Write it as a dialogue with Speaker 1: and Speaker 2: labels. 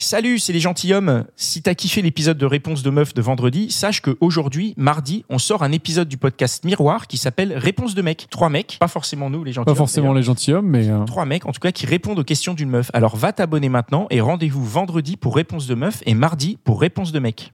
Speaker 1: Salut, c'est les gentilshommes. Si t'as kiffé l'épisode de Réponse de Meuf de vendredi, sache que aujourd'hui, mardi, on sort un épisode du podcast Miroir qui s'appelle Réponse de Mec. Trois mecs, pas forcément nous les gentilshommes.
Speaker 2: Pas forcément les gentilshommes, mais euh,
Speaker 1: Trois mecs, en tout cas, qui répondent aux questions d'une meuf. Alors va t'abonner maintenant et rendez-vous vendredi pour Réponse de Meuf et mardi pour Réponse de Mec.